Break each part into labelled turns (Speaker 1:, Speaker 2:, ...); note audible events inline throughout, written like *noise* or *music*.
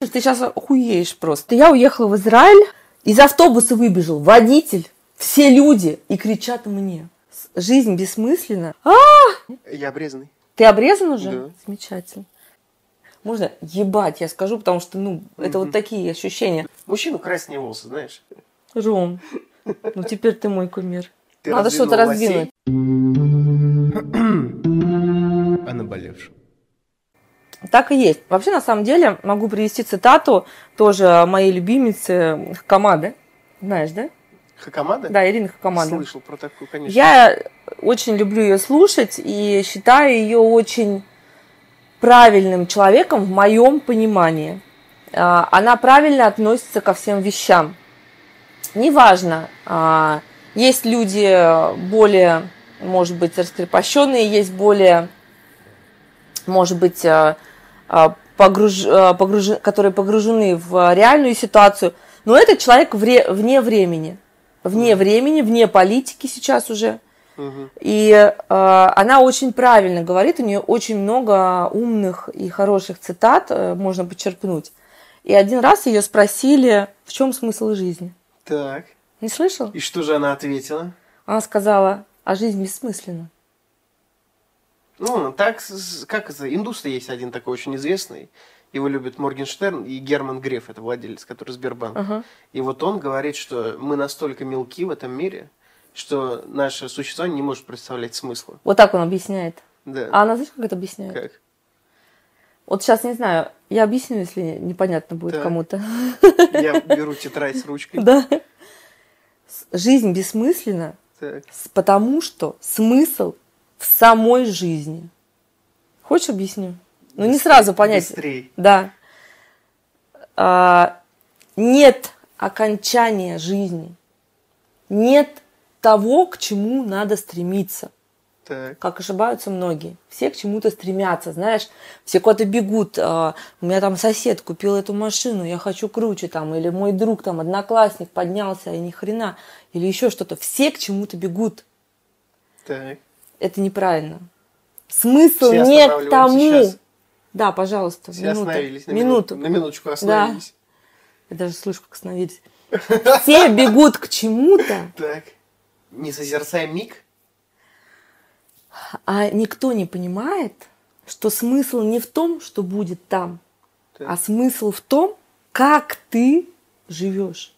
Speaker 1: Ты сейчас охуеешь просто. Я уехала в Израиль, из автобуса выбежал водитель, все люди и кричат мне. «С- Жизнь бессмысленна. А,
Speaker 2: Я обрезанный.
Speaker 1: ты обрезан уже?
Speaker 2: Да.
Speaker 1: Замечательно. Можно ебать, я скажу, потому что, ну, это
Speaker 2: Мгм.
Speaker 1: вот такие ощущения.
Speaker 2: Мужчину красные волосы, знаешь.
Speaker 1: Ром, ну теперь ты мой кумир.
Speaker 2: Ты
Speaker 1: Надо что-то
Speaker 2: раздвинул
Speaker 1: раздвинуть.
Speaker 2: лосей. О наболевшем.
Speaker 1: Так и есть. Вообще, на самом деле, могу привести цитату тоже моей любимицы Хакамады. Знаешь, да?
Speaker 2: Хакамада?
Speaker 1: Да, Ирина Хакамада.
Speaker 2: Слышал про такую, конечно.
Speaker 1: Я очень люблю ее слушать и считаю ее очень правильным человеком в моем понимании. А, Она правильно относится ко всем вещам. Неважно, а, есть люди более, может быть, раскрепощенные, есть более, может быть, а, а, погруж- а, погружен- которые погружены в реальную ситуацию. Но этот человек вре- вне времени. Вне времени, вне политики сейчас уже.
Speaker 2: Мгм.
Speaker 1: И э, она очень правильно говорит, у нее очень много умных и хороших цитат э, можно почерпнуть. И один раз ее спросили, в чем смысл жизни.
Speaker 2: Так.
Speaker 1: Не слышал?
Speaker 2: И что же она ответила?
Speaker 1: Она сказала, а жизнь бессмысленна.
Speaker 2: Ну, так, с- с- как это, индус есть один такой очень известный. Его любят Моргенштерн и Герман Греф, это владелец, который Сбербанк.
Speaker 1: Ага.
Speaker 2: И вот он говорит, что мы настолько мелки в этом мире, что наше существование не может представлять смысла.
Speaker 1: Вот так он объясняет.
Speaker 2: Да.
Speaker 1: А она, знаешь, как это объясняет?
Speaker 2: Как?
Speaker 1: Вот сейчас не знаю, я объясню, если непонятно будет
Speaker 2: Так.
Speaker 1: кому-то.
Speaker 2: Я беру тетрадь с
Speaker 1: *laughs*
Speaker 2: ручкой.
Speaker 1: Да. С- Жизнь бессмысленна,
Speaker 2: Так.
Speaker 1: с- потому что смысл в самой жизни. Хочешь объясню? Ну, не сразу понять.
Speaker 2: Быстрей.
Speaker 1: Да. А, нет окончания жизни. Нет того, к чему надо стремиться.
Speaker 2: Так.
Speaker 1: Как ошибаются многие. Все к чему-то стремятся, знаешь, все куда-то бегут. А, у меня там сосед купил эту машину, я хочу круче там. Или мой друг там, одноклассник поднялся, и ни хрена. Или еще что-то. Все к чему-то бегут.
Speaker 2: Так.
Speaker 1: Это неправильно. Смысл
Speaker 2: Все
Speaker 1: не к
Speaker 2: останавливаемся
Speaker 1: тому.
Speaker 2: сейчас.
Speaker 1: Да, пожалуйста,
Speaker 2: Все
Speaker 1: минута.
Speaker 2: остановились на
Speaker 1: Ну, минуту.
Speaker 2: минуту. На минуточку остановились.
Speaker 1: Я даже слышу, как остановились. Все бегут к чему-то,
Speaker 2: Так. Не созерцай миг.
Speaker 1: а никто не понимает, что смысл не в том, что будет там,
Speaker 2: Так.
Speaker 1: а смысл в том, как ты живешь.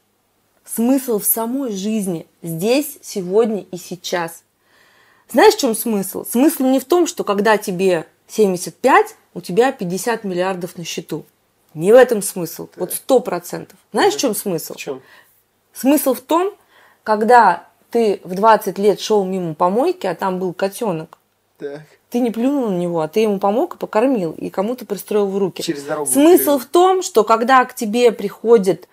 Speaker 1: Смысл в самой жизни, здесь, сегодня и сейчас. Знаешь, в чем смысл? Смысл не в том, что когда тебе 75, у тебя 50 миллиардов на счету. Не в этом смысл. Вот сто процентов. Знаешь, в чем смысл?
Speaker 2: В чем?
Speaker 1: Смысл в том, когда ты в 20 лет шел мимо помойки, а там был котенок,
Speaker 2: Так.
Speaker 1: ты не плюнул на него, а ты ему помог и покормил, и кому-то пристроил в руки.
Speaker 2: Через дорогу.
Speaker 1: Смысл
Speaker 2: перевел.
Speaker 1: в том, что когда к тебе приходит,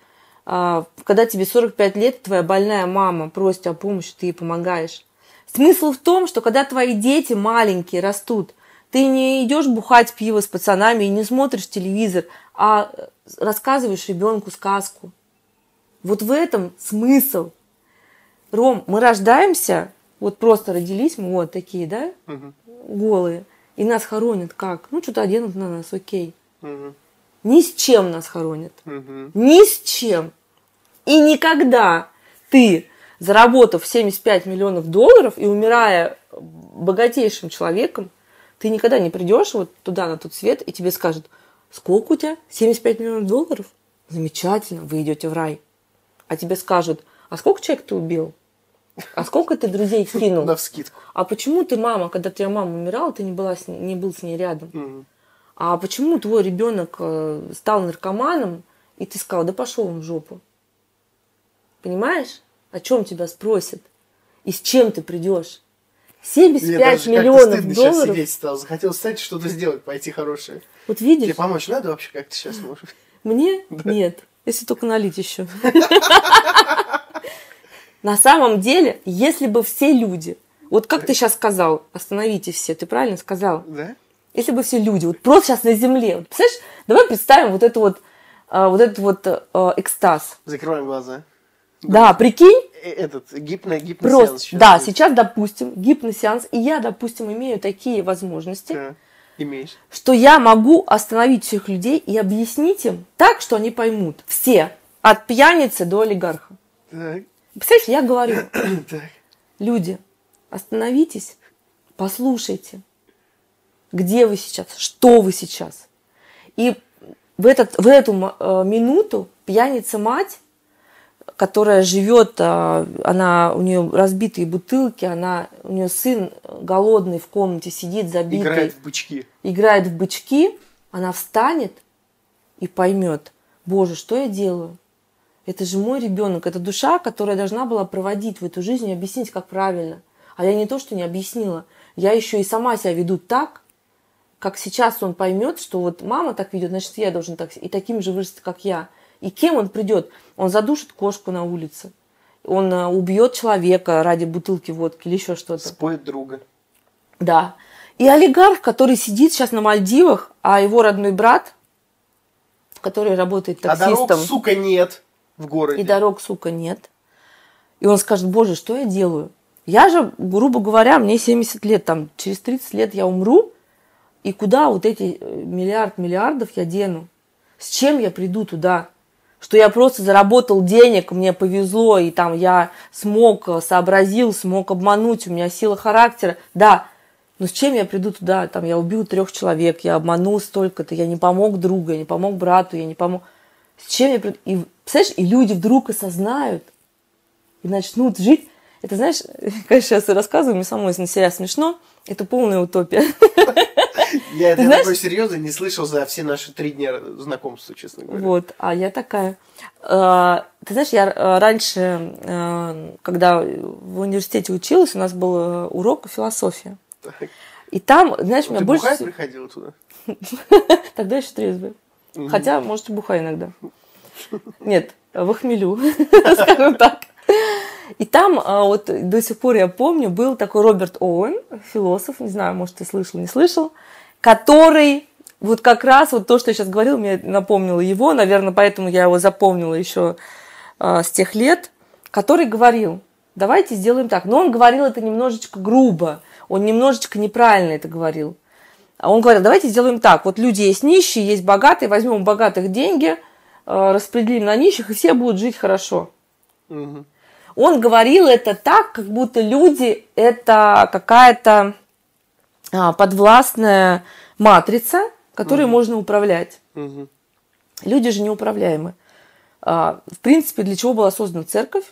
Speaker 1: а, когда тебе 45 лет, твоя больная мама просит о помощи, ты ей помогаешь. Смысл в том, что когда твои дети маленькие растут, ты не идешь бухать пиво с пацанами и не смотришь телевизор, а э, рассказываешь ребенку сказку. Вот в этом смысл. Ром, мы рождаемся, вот просто родились мы вот такие, да,
Speaker 2: Мгм.
Speaker 1: голые, и нас хоронят как? Ну, что-то оденут на нас, окей.
Speaker 2: Мгм.
Speaker 1: Ни с чем нас хоронят.
Speaker 2: Мгм.
Speaker 1: Ни с чем. И никогда ты, заработав 75 миллионов долларов и умирая богатейшим человеком, ты никогда не придешь вот туда, на тот свет, и тебе скажут, сколько у тебя? 75 миллионов долларов? Замечательно, вы идете в рай. А тебе скажут, а сколько человек ты убил? А сколько ты друзей кинул?
Speaker 2: Навскидку.
Speaker 1: А почему ты мама, когда твоя мама умирала, ты не, была с ней- не был с ней рядом?
Speaker 2: Мгм.
Speaker 1: А почему твой ребенок э, стал наркоманом, и ты сказал, да пошел он в жопу? Понимаешь, о чем тебя спросят? И с чем ты придешь? 75
Speaker 2: Мне даже как-то
Speaker 1: миллионов
Speaker 2: стыдно сейчас
Speaker 1: долларов.
Speaker 2: сидеть стало. Захотел встать, что-то сделать, пойти хорошее.
Speaker 1: Вот видишь,
Speaker 2: Тебе помочь надо вообще, как ты сейчас можешь?
Speaker 1: мне нет. Если только налить еще. *laughs* На самом деле, если бы все люди, вот как
Speaker 2: Э.
Speaker 1: ты сейчас сказал, остановите все, ты правильно сказал?
Speaker 2: Да?
Speaker 1: Если бы все люди, вот просто сейчас на земле, вот, представляешь, давай представим вот это вот, а, вот этот вот э, экстаз.
Speaker 2: Закрываем глаза.
Speaker 1: Да, прикинь,
Speaker 2: Э, Этот гипно гипно
Speaker 1: просто, да, сейчас, допустим, гипносеанс, и я, допустим, имею такие возможности,
Speaker 2: Да. Имеешь.
Speaker 1: что я могу остановить всех людей и объяснить им так, что они поймут. Все. От пьяницы до олигарха.
Speaker 2: Так, *clears throat*
Speaker 1: Представляешь, я говорю,
Speaker 2: так.
Speaker 1: люди, остановитесь, послушайте, где вы сейчас, что вы сейчас. И в, этот, в эту м- э, минуту пьяница-мать, которая живет, э, она, у нее разбитые бутылки, она, у нее сын голодный в комнате сидит, забитый
Speaker 2: Играет в бычки.
Speaker 1: играет в бычки, она встанет и поймет, боже, что я делаю? Это же мой ребенок, это душа, которая должна была проводить в эту жизнь и объяснить, как правильно. А я не то, что не объяснила, я еще и сама себя веду так, как сейчас он поймет, что вот мама так ведет, значит, я должен так, и таким же вырасти, как я. И кем он придет? Он задушит кошку на улице, он э, убьет человека ради бутылки водки или еще что-то.
Speaker 2: Споет друга.
Speaker 1: Да. И олигарх, который сидит сейчас на Мальдивах, а его родной брат, который работает
Speaker 2: А дорог,
Speaker 1: таксистом,
Speaker 2: сука, нет в городе.
Speaker 1: и дорог, сука, нет. И он скажет, боже, что я делаю? Я же, грубо говоря, мне 70 лет, там, через 30 лет я умру, и куда вот эти э, миллиард миллиардов я дену? С чем я приду туда? Что я просто заработал денег, мне повезло, и там я смог, э, сообразил, смог обмануть, у меня сила характера. Да, но с чем я приду туда? Там я убил трех человек, я обманул столько-то, я не помог другу, я не помог брату, я не помог... С чем я приду? И, представляешь, и люди вдруг осознают, и начнут жить. Это, знаешь, *laughs* конечно, я рассказываю, мне самой на себя смешно. Это полная утопия.
Speaker 2: Я это
Speaker 1: Ты знаешь-
Speaker 2: такой серьезно не слышал за все наши три дня знакомства, честно говоря.
Speaker 1: Вот, а я такая. Э, Ты знаешь, я э, раньше, э, когда в университете училась, у нас был э, урок философия.
Speaker 2: Так.
Speaker 1: И там, знаешь, меня
Speaker 2: Ну, Ты
Speaker 1: больше...
Speaker 2: бухать
Speaker 1: всего-
Speaker 2: приходила туда?
Speaker 1: Тогда еще трезвый.
Speaker 2: Мгм.
Speaker 1: Хотя, может, и бухаю
Speaker 2: *laughs*
Speaker 1: иногда. Нет, в хмелю, *laughs* скажем так. И там, а, вот до сих пор я помню, был такой Роберт Оуэн, философ, не знаю, может, ты слышал, не слышал, который вот как раз вот то, что я сейчас говорил, мне напомнило его, наверное, поэтому я его запомнила еще а, с тех лет, который говорил, давайте сделаем так. Но он говорил это немножечко грубо, он немножечко неправильно это говорил. А он говорил, давайте сделаем так. Вот люди есть нищие, есть богатые, возьмем у богатых деньги, э, распределим на нищих, и все будут жить хорошо.
Speaker 2: Мгм.
Speaker 1: Он говорил это так, как будто люди – это какая-то а, подвластная матрица, которой
Speaker 2: Мгм.
Speaker 1: можно управлять.
Speaker 2: Мгм.
Speaker 1: Люди же неуправляемы. А, В принципе, для чего была создана церковь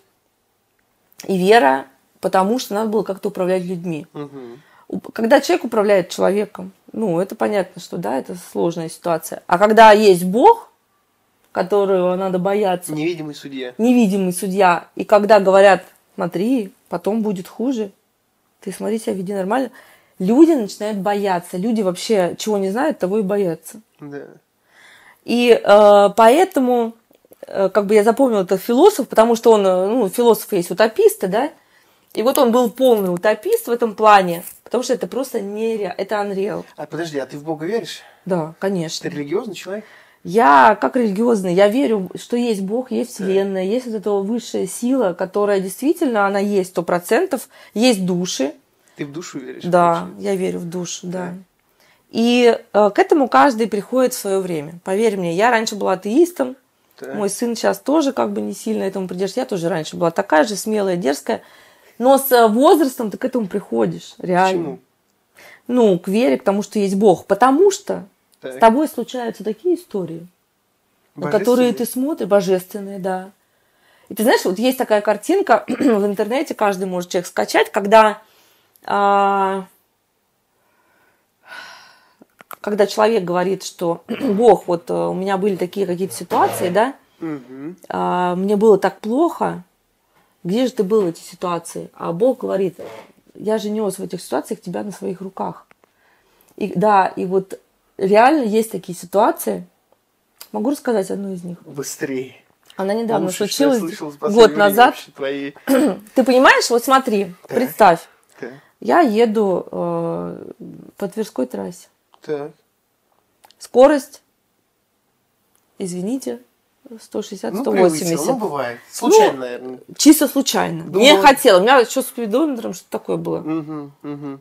Speaker 1: и вера? Потому что надо было как-то управлять людьми.
Speaker 2: Мгм.
Speaker 1: Уп- Когда человек управляет человеком, ну, это понятно, что да, это сложная ситуация. А когда есть Бог, которого надо бояться,
Speaker 2: Невидимый судья.
Speaker 1: невидимый судья, и когда говорят, смотри, потом будет хуже, ты смотри себя веди нормально, люди начинают бояться. Люди вообще чего не знают, того и боятся.
Speaker 2: Да.
Speaker 1: И э, поэтому, э, как бы я запомнила этот философ, потому что он, э, ну, философы есть утописты, да, и вот он был полный утопист в этом плане, потому что это просто нереально, это unreal.
Speaker 2: А подожди, а ты в Бога веришь?
Speaker 1: Да,
Speaker 2: Ты
Speaker 1: конечно.
Speaker 2: религиозный человек?
Speaker 1: Я как религиозный, я верю, что есть Бог, есть Вселенная, есть вот эта высшая сила, которая действительно, она есть сто процентов, есть души,
Speaker 2: Ты в душу веришь?
Speaker 1: да,
Speaker 2: получается?
Speaker 1: я верю в душу, да.
Speaker 2: Так.
Speaker 1: И э, к этому каждый приходит в свое время. Поверь мне, я раньше была атеистом,
Speaker 2: Так.
Speaker 1: Мой сын сейчас тоже как бы не сильно этому придерживается. Я тоже раньше была такая же смелая, дерзкая. Но с э, возрастом ты к этому приходишь, реально.
Speaker 2: Почему?
Speaker 1: Ну, к вере, к тому, что есть Бог. Потому что
Speaker 2: Так.
Speaker 1: с тобой случаются такие истории, на которые ты
Speaker 2: Божественный?
Speaker 1: смотришь, божественные, да. И ты знаешь, вот есть такая картинка *clears throat* в интернете, каждый может человек скачать, когда, а, когда человек говорит, что *clears throat* Бог, вот э, у меня были такие какие-то ситуации, да,
Speaker 2: Мгм.
Speaker 1: а, мне было так плохо, где же ты был в эти ситуации? А Бог говорит, я же нес в этих ситуациях тебя на своих руках. И, да, и вот реально есть такие ситуации. Могу рассказать одну из них.
Speaker 2: Быстрее.
Speaker 1: Она недавно
Speaker 2: Лучше, что я
Speaker 1: случилась
Speaker 2: слышал за
Speaker 1: ну,
Speaker 2: последнее
Speaker 1: год
Speaker 2: время
Speaker 1: назад.
Speaker 2: вообще твои.
Speaker 1: Ты понимаешь, вот смотри, представь,
Speaker 2: Так,
Speaker 1: я еду э, по Тверской трассе.
Speaker 2: так.
Speaker 1: Скорость, извините, 160-180.
Speaker 2: Ну, превысил. Ну, бывает. Случайно, наверное.
Speaker 1: Чисто случайно.
Speaker 2: Думала-
Speaker 1: Не хотела. У меня еще с спидометром что-то такое было.
Speaker 2: Мгм, мгм.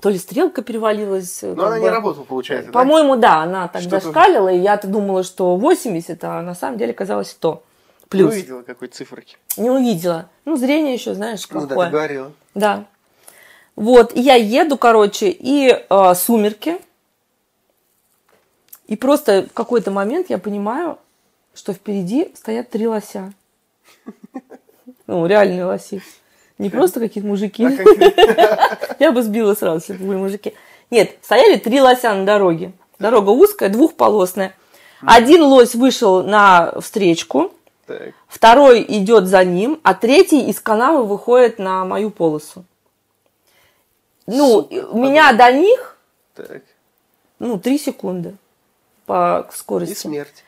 Speaker 1: то ли стрелка перевалилась. э,
Speaker 2: Но
Speaker 1: как
Speaker 2: она
Speaker 1: бы.
Speaker 2: не работала, получается, да?
Speaker 1: По-моему, да, она так
Speaker 2: Что-то-
Speaker 1: зашкалила, и я-то думала, что 80, а на самом деле казалось 100.
Speaker 2: Не
Speaker 1: Плюс.
Speaker 2: увидела какой циферки.
Speaker 1: Не увидела. Ну, зрение еще, знаешь,
Speaker 2: Ну
Speaker 1: плохое.
Speaker 2: да, ты говорила.
Speaker 1: Да. Вот, и я еду, короче, и э, сумерки. И просто в какой-то момент я понимаю, что впереди стоят три лося. Ну, реальные лоси. Не просто какие-то мужики.
Speaker 2: А как-
Speaker 1: Я бы сбила сразу, если бы были мужики. Нет, стояли три лося на дороге. Дорога узкая, двухполосная. Один лось вышел на встречку,
Speaker 2: Так.
Speaker 1: второй идет за ним, а третий из канавы выходит на мою полосу. Ну,
Speaker 2: Сука,
Speaker 1: у меня до них,
Speaker 2: Так.
Speaker 1: ну, три секунды по
Speaker 2: И
Speaker 1: скорости.
Speaker 2: смерть.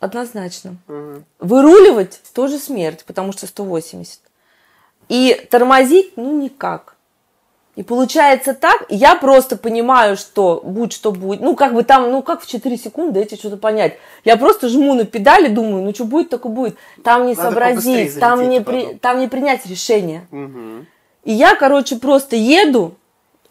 Speaker 1: Однозначно.
Speaker 2: Мгм.
Speaker 1: Выруливать тоже смерть, потому что 180. И тормозить, ну, никак. И получается так, я просто понимаю, что будь что будет. Ну, как бы там, ну, как в 4 секунды эти что-то понять. Я просто жму на педали, думаю, ну, что будет, так и будет. Там не
Speaker 2: Надо побыстрее
Speaker 1: сообразить,
Speaker 2: залететь
Speaker 1: там не, при-
Speaker 2: потом.
Speaker 1: там не принять решение.
Speaker 2: Мгм.
Speaker 1: И я, короче, просто еду,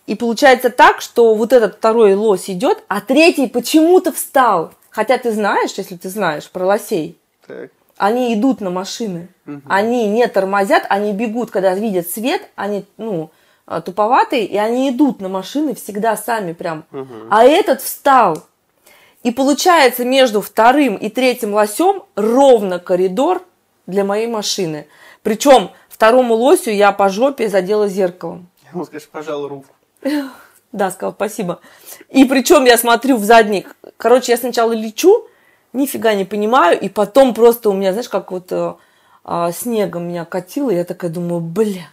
Speaker 1: и получается так, что вот этот второй лось идет, а третий почему-то встал. Хотя ты знаешь, если ты знаешь про лосей,
Speaker 2: Так.
Speaker 1: они идут на машины. Они не тормозят, они бегут, когда видят свет, они, ну, а, туповатые, и они идут на машины всегда сами прям. А этот встал. И получается между вторым и третьим лосем ровно коридор для моей машины. Причем второму лосю я по жопе задела зеркалом.
Speaker 2: Ему скажешь, пожалуй, руку.
Speaker 1: Да, сказал спасибо. И причем я смотрю в задник. Короче, я сначала лечу, нифига не понимаю, и потом просто у меня, знаешь, как вот э, а, снегом меня катило, и я такая думаю, бля,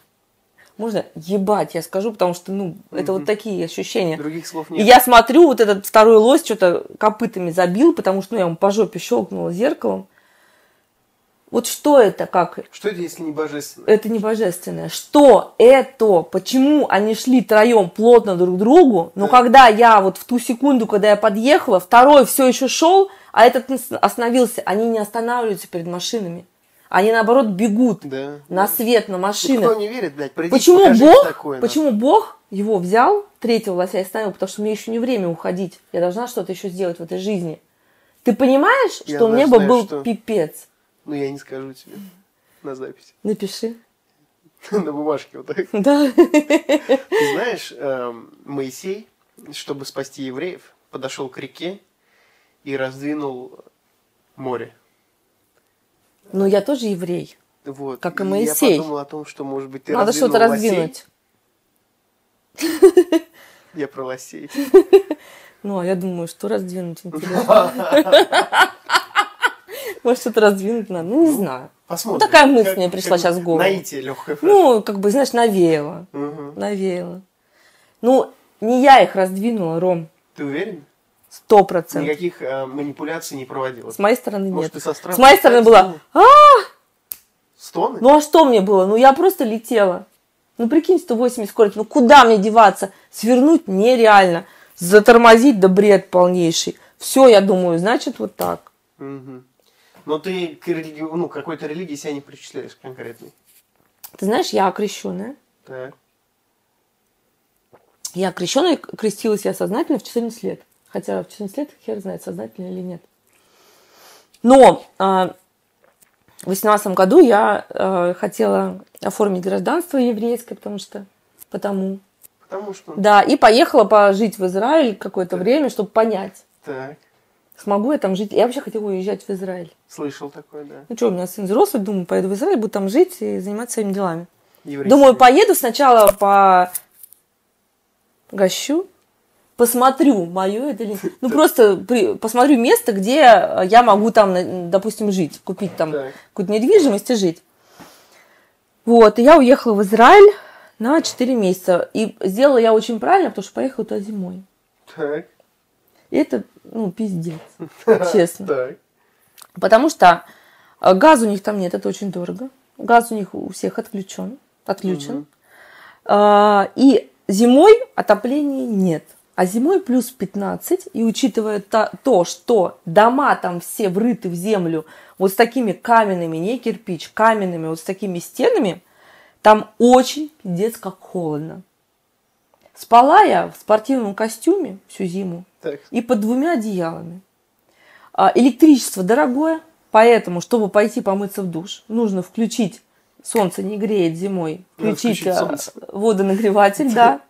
Speaker 1: можно ебать, я скажу, потому что, ну, это вот такие ощущения.
Speaker 2: Других слов
Speaker 1: И
Speaker 2: нет.
Speaker 1: я смотрю, вот этот второй лось что-то копытами забил, потому что, ну, я ему по жопе щелкнула зеркалом. Вот что это, как
Speaker 2: Что это, если не божественно?
Speaker 1: это не божественное. Что это? Почему они шли троем плотно друг к другу? Но
Speaker 2: Да.
Speaker 1: когда я вот в ту секунду, когда я подъехала, второй все еще шел, а этот не с- остановился. Они не останавливаются перед машинами. Они наоборот бегут
Speaker 2: Да.
Speaker 1: на свет, на
Speaker 2: Ну,
Speaker 1: машины.
Speaker 2: Кто не верит, блядь, придите,
Speaker 1: Почему
Speaker 2: покажите
Speaker 1: Бог,
Speaker 2: такое. нам.
Speaker 1: почему Бог его взял, третьего лося и остановил? Потому что мне еще не время уходить. Я должна что-то еще сделать в этой жизни. Ты понимаешь,
Speaker 2: Я
Speaker 1: что мне
Speaker 2: даже
Speaker 1: бы
Speaker 2: знаю,
Speaker 1: был
Speaker 2: что.
Speaker 1: пипец?
Speaker 2: Ну, я не скажу тебе на записи. *laughs*
Speaker 1: Напиши. *laughs*
Speaker 2: На бумажке вот так.
Speaker 1: Да.
Speaker 2: Ты знаешь, эм, Моисей, чтобы спасти евреев, подошел к реке и раздвинул море.
Speaker 1: Но я тоже еврей.
Speaker 2: Вот.
Speaker 1: Как и
Speaker 2: Я
Speaker 1: Моисей.
Speaker 2: подумал о том, что, может быть, ты
Speaker 1: Надо
Speaker 2: раздвинул
Speaker 1: что-то
Speaker 2: лосей.
Speaker 1: раздвинуть.
Speaker 2: Я про лосей.
Speaker 1: Ну, а я думаю, что
Speaker 2: *laughs*
Speaker 1: раздвинуть интересно. *laughs* Может, что-то раздвинуть надо. Ну, не знаю.
Speaker 2: Посмотрим.
Speaker 1: Ну, такая мысль
Speaker 2: Как-
Speaker 1: мне пришла
Speaker 2: как
Speaker 1: щас в голову.
Speaker 2: Наитие легкое.
Speaker 1: Ну, как бы, знаешь, навеяло.
Speaker 2: Мгм.
Speaker 1: Навеяло. Ну, не я их раздвинула, Ром.
Speaker 2: Ты уверен?
Speaker 1: Сто процентов.
Speaker 2: Никаких э, манипуляций не проводилась.
Speaker 1: С моей стороны
Speaker 2: Может,
Speaker 1: нет.
Speaker 2: ты со страху
Speaker 1: С моей стороны
Speaker 2: так
Speaker 1: было, а,
Speaker 2: Стоны?
Speaker 1: ну а что мне было? Ну, я просто летела. Ну, прикинь, 180 скорость. Ну, куда мне деваться? Свернуть нереально. Затормозить, да бред полнейший. Все, я думаю, значит, вот так.
Speaker 2: Мгм. Но ты к религи- ну, к какой-то религии себя не причисляешь конкретной.
Speaker 1: Ты знаешь, я крещеная.
Speaker 2: Так.
Speaker 1: Я крещеная, крестилась я сознательно в 14 лет. Хотя в 14 лет хер знает, сознательно или нет. Но а, в 18 году я э, хотела оформить гражданство еврейское, потому что... Потому.
Speaker 2: Потому что...
Speaker 1: Да, и поехала пожить в Израиль какое-то время, чтобы понять,
Speaker 2: Так.
Speaker 1: смогу я там жить. Я вообще хотела уезжать в Израиль.
Speaker 2: Слышал такое, да.
Speaker 1: Ну что, у меня сын взрослый, думаю, поеду в Израиль, буду там жить и заниматься своими делами.
Speaker 2: Еврейский.
Speaker 1: Думаю, поеду сначала по гощу, посмотрю, мое это или нет. Ну, просто при- посмотрю место, где э, я могу там, на- допустим, жить, купить там
Speaker 2: Так.
Speaker 1: какую-то недвижимость и жить. Вот, и я уехала в Израиль на 4 месяца. И сделала я очень правильно, потому что поехала туда зимой.
Speaker 2: Так.
Speaker 1: И это, ну, пиздец, честно.
Speaker 2: Так.
Speaker 1: Потому что э, газа у них там нет, это очень дорого. Газ у них у всех отключен. Отключен. А, И зимой отопления нет. А зимой плюс 15, и учитывая та- то, что дома там все врыты в землю вот с такими каменными, не кирпич, каменными, вот с такими стенами, там очень, пиздец, как холодно. Спала я в спортивном костюме всю зиму
Speaker 2: Так.
Speaker 1: и под двумя одеялами. А, Электричество дорогое, поэтому, чтобы пойти помыться в душ, нужно включить, солнце не греет зимой,
Speaker 2: Надо
Speaker 1: включить
Speaker 2: включить
Speaker 1: а,
Speaker 2: солнце. *laughs*
Speaker 1: водонагреватель, да.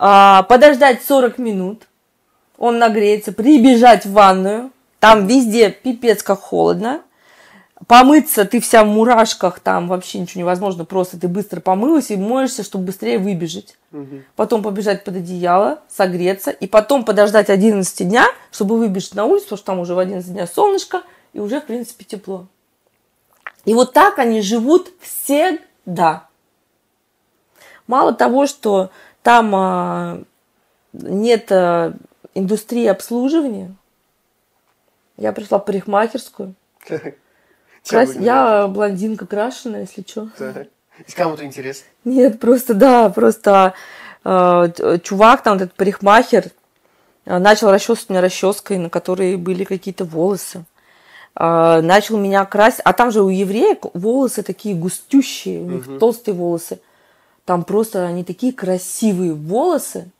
Speaker 1: А, Подождать 40 минут, он нагреется, прибежать в ванную, там везде пипец как холодно. Помыться ты вся в мурашках, там вообще ничего невозможно, просто ты быстро помылась и моешься, чтобы быстрее выбежать
Speaker 2: Мгм.
Speaker 1: потом побежать под одеяло, согреться, и потом подождать 11 дня, чтобы выбежать на улицу, потому что там уже в 11 дня солнышко, и уже, в принципе, тепло. И вот так они живут всегда. Мало того, что там а, нет а, индустрии обслуживания, я пришла в парикмахерскую.
Speaker 2: Так.
Speaker 1: Крас-
Speaker 2: Тебя
Speaker 1: Я блондинка крашеная, если что.
Speaker 2: выгнали. Так. Если Кому-то интересно.
Speaker 1: Нет, просто да, просто э, т- чувак, там этот парикмахер, э, начал расчесывать меня расческой, на которой были какие-то волосы. Э, начал меня красить. А там же у евреек волосы такие густющие, у них
Speaker 2: Мгм.
Speaker 1: толстые волосы. Там просто они такие красивые волосы,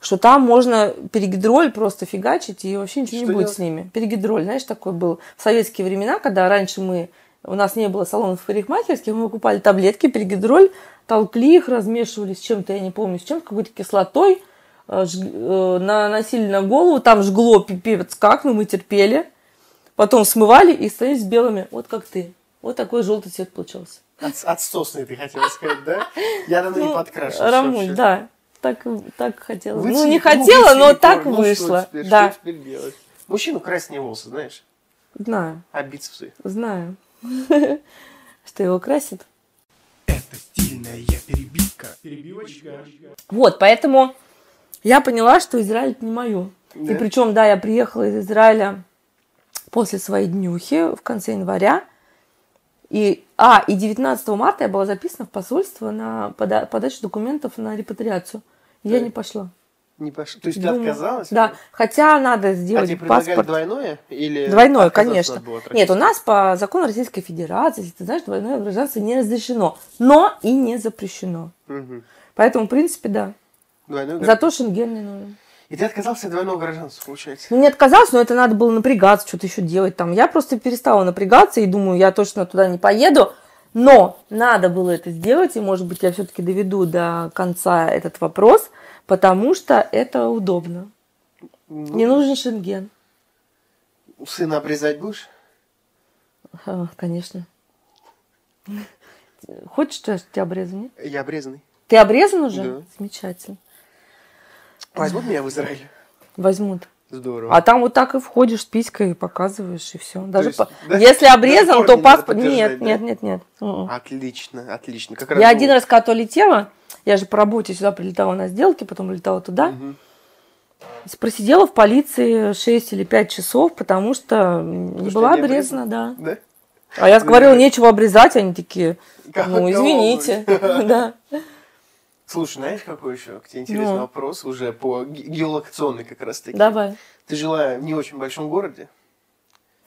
Speaker 1: что там можно перегидроль просто фигачить, и вообще ничего
Speaker 2: Что
Speaker 1: не будет
Speaker 2: делать?
Speaker 1: с ними. Перегидроль, знаешь, такой был. В советские времена, когда раньше мы у нас не было салонов парикмахерских, мы покупали таблетки, перегидроль, толкли их, размешивали с чем-то, я не помню, с чем-то, какой-то кислотой, э, жг- э, наносили на голову, там жгло пипец как, но мы терпели. Потом смывали и становились белыми, вот как ты. Вот такой желтый цвет получался.
Speaker 2: От- отсосный ты хотела сказать, да? Я давно не
Speaker 1: Ну,
Speaker 2: подкрашиваюсь
Speaker 1: Рамуль,
Speaker 2: вообще.
Speaker 1: да. Так, так хотела. ну,
Speaker 2: Выцвели-
Speaker 1: не хотела,
Speaker 2: выцвели
Speaker 1: но
Speaker 2: корни.
Speaker 1: так
Speaker 2: Ну, что
Speaker 1: вышло.
Speaker 2: теперь,
Speaker 1: да.
Speaker 2: что теперь делать? Мужчину красные волосы, знаешь,
Speaker 1: Знаю,
Speaker 2: а бицепсы.
Speaker 1: знаю. *laughs* Что его красит.
Speaker 3: Это стильная перебивка. Перебивочка.
Speaker 1: Вот, поэтому я поняла, что Израиль это не мое.
Speaker 2: Да?
Speaker 1: И причем, да, я приехала из Израиля после своей днюхи в конце января. И, а, и 19 марта я была записана в посольство на пода- подачу документов на репатриацию. И Я
Speaker 2: Так.
Speaker 1: не пошла.
Speaker 2: Не пош- То есть ты
Speaker 1: Думала.
Speaker 2: отказалась?
Speaker 1: Да, хотя надо
Speaker 2: А
Speaker 1: сделать
Speaker 2: тебе предлагали
Speaker 1: паспорт.
Speaker 2: двойное? Или
Speaker 1: Двойное,
Speaker 2: отказаться
Speaker 1: конечно.
Speaker 2: надо было тратить?
Speaker 1: Нет, у нас по закону Российской Федерации, если ты знаешь, двойное гражданство не разрешено, но и не запрещено.
Speaker 2: Мгм.
Speaker 1: Поэтому, в принципе, да.
Speaker 2: Двойное гражданство.
Speaker 1: Зато шенген не нужен.
Speaker 2: И ты отказался от двойного гражданства, получается?
Speaker 1: Ну, не отказалась, но это надо было напрягаться, что-то еще делать там. Я просто перестала напрягаться и думаю, я точно туда не поеду. Но надо было это сделать, и, может быть, я все-таки доведу до конца этот вопрос, потому что это удобно.
Speaker 2: Ну,
Speaker 1: Не нужен шенген.
Speaker 2: Сына обрезать будешь?
Speaker 1: А, Конечно. Хочешь, что я тебя обрезу, нет?
Speaker 2: Я обрезанный.
Speaker 1: Ты обрезан уже?
Speaker 2: Да.
Speaker 1: Замечательно.
Speaker 2: Возьмут меня в Израиль?
Speaker 1: Возьмут.
Speaker 2: Здорово.
Speaker 1: А там вот так и входишь с писькой, и показываешь, и все. Даже
Speaker 2: есть,
Speaker 1: по-
Speaker 2: да?
Speaker 1: Если
Speaker 2: Даже
Speaker 1: обрезан,
Speaker 2: корни
Speaker 1: то
Speaker 2: надо
Speaker 1: паспорт...
Speaker 2: подтверждать,
Speaker 1: Нет,
Speaker 2: да?
Speaker 1: нет, нет, нет. М-м.
Speaker 2: Отлично, отлично. Как
Speaker 1: Я
Speaker 2: раз
Speaker 1: один
Speaker 2: думал.
Speaker 1: раз, когда то летела, я же по работе сюда прилетала на сделки, потом летала туда,
Speaker 2: Мгм.
Speaker 1: просидела в полиции 6 или 5 часов, потому что м, не
Speaker 2: что
Speaker 1: была
Speaker 2: не обрезана.
Speaker 1: обрезана, да.
Speaker 2: Да?
Speaker 1: А я
Speaker 2: Ну,
Speaker 1: говорила,
Speaker 2: да.
Speaker 1: нечего обрезать, они такие,
Speaker 2: Как-
Speaker 1: ну,
Speaker 2: кого
Speaker 1: извините.
Speaker 2: вы?
Speaker 1: *laughs*
Speaker 2: *laughs*
Speaker 1: Да.
Speaker 2: Слушай, знаешь, какой еще к тебе интересный
Speaker 1: Ну.
Speaker 2: вопрос уже по ге- геолокационной как раз таки?
Speaker 1: Давай.
Speaker 2: Ты жила в не очень большом городе,